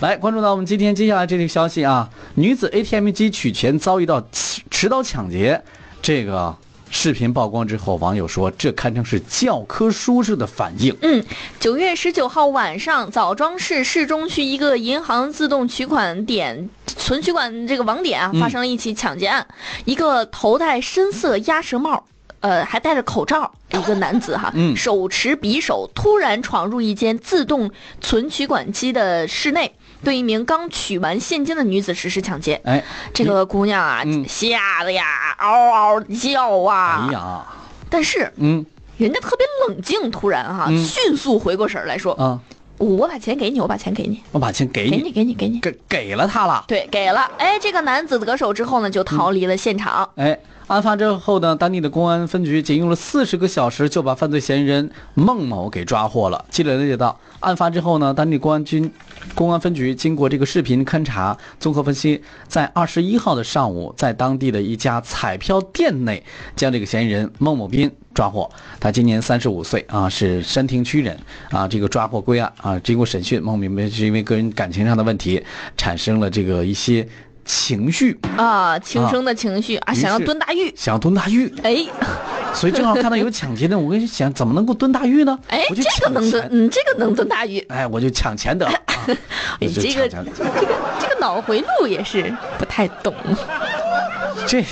来关注到我们今天接下来这个消息啊，女子 ATM 机取钱遭遇到持持刀抢劫，这个视频曝光之后，网友说这堪称是教科书式的反应。嗯，九月十九号晚上，枣庄市市中区一个银行自动取款点存取款这个网点啊，嗯发生了一起抢劫案。一个头戴深色鸭舌帽，呃，还戴着口罩，一个男子哈，嗯手持匕首，突然闯入一间自动存取款机的室内。对一名刚取完现金的女子实施抢劫，哎，这个姑娘啊，嗯吓得呀，嗷嗷叫啊！哎呀，但是嗯人家特别冷静，突然哈、嗯迅速回过神儿来说，啊，我把钱给你，我把钱给你，我把钱给给你，你，给你，给你。给给了他了。对，给了。哎，这个男子得手之后呢，就逃离了现场。哎，案发之后呢，当地的公安分局仅用了四十个小时就把犯罪嫌疑人孟某给抓获了。记者了解到，案发之后呢，当地公安军公安分局经过这个视频勘查，综合分析，在二十一号的上午，在当地的一家彩票店内将这个嫌疑人孟某斌抓获。他今年三十五岁啊，是山亭区人啊。这个抓获归案啊，经过审讯，孟某斌是因为个人感情上的问题，产生了这个一些情绪，啊，轻生的情绪啊，于是想要蹲大狱。想要蹲大狱。哎所以正好看到有抢劫的，我跟想怎么能够蹲大狱呢？哎，我就这个抢能蹲，钱，嗯，这个能蹲大狱。哎，我就抢钱 得了。啊我你就这个这抢钱个这个脑回路也是不太懂。这，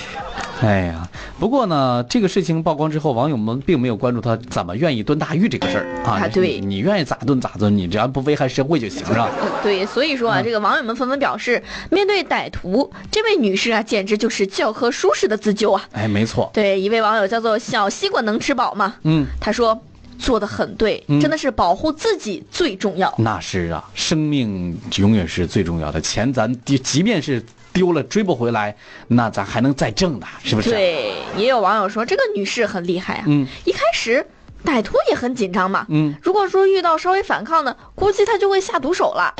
哎呀，不过呢，这个事情曝光之后，网友们并没有关注他怎么愿意蹲大狱这个事儿啊。啊对你你愿意咋蹲咋蹲，你只要不危害社会就行了。嗯对，所以说嗯啊，这个网友们纷纷表示，面对歹徒，这位女士啊，简直就是教科书式的自救啊。哎，没错，对，一位网友叫做小西瓜能吃饱吗？嗯，他说做的很对，嗯真的是保护自己最重要。那是啊，生命永远是最重要的。钱咱丢，即便是丢了追不回来，那咱还能再挣的，是不是？，对，也有网友说这个女士很厉害啊，嗯一开始歹徒也很紧张嘛，嗯。如果说遇到稍微反抗的，估计他就会下毒手了，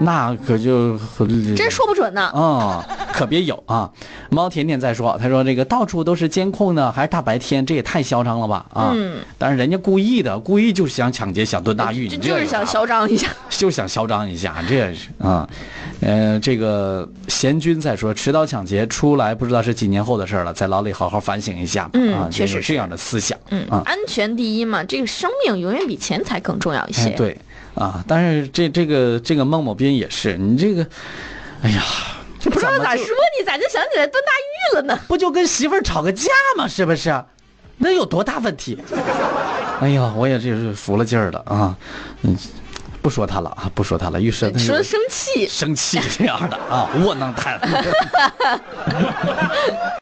那可就真说不准呢。啊、可别有啊！ 猫甜甜在说，他说这个到处都是监控呢，还是大白天，这也太嚣张了吧啊！嗯，但是人家故意的，故意就是想抢劫，想蹲大狱，就你就这啊是有想啥嚣张一下。就想嚣张一下，这是啊，呃，这个贤君在说持刀抢劫出来，不知道是几年后的事儿了，在牢里好好反省一下吧嗯啊，确也实有这样的思想，嗯，啊，安全第一嘛，这个生命永远比钱财更重要一些。哎，对啊，但是这这个这个孟某斌也是，你这个，哎呀，不知道怎么咋就说，你咋就想起来蹲大狱了呢？不就跟媳妇儿吵个架吗？是不是？那有多大问题？哎呀，我也是服了劲儿了啊！嗯，不说他了啊，不说他了，玉生他说有生气。生气这样的啊，窝囊炭。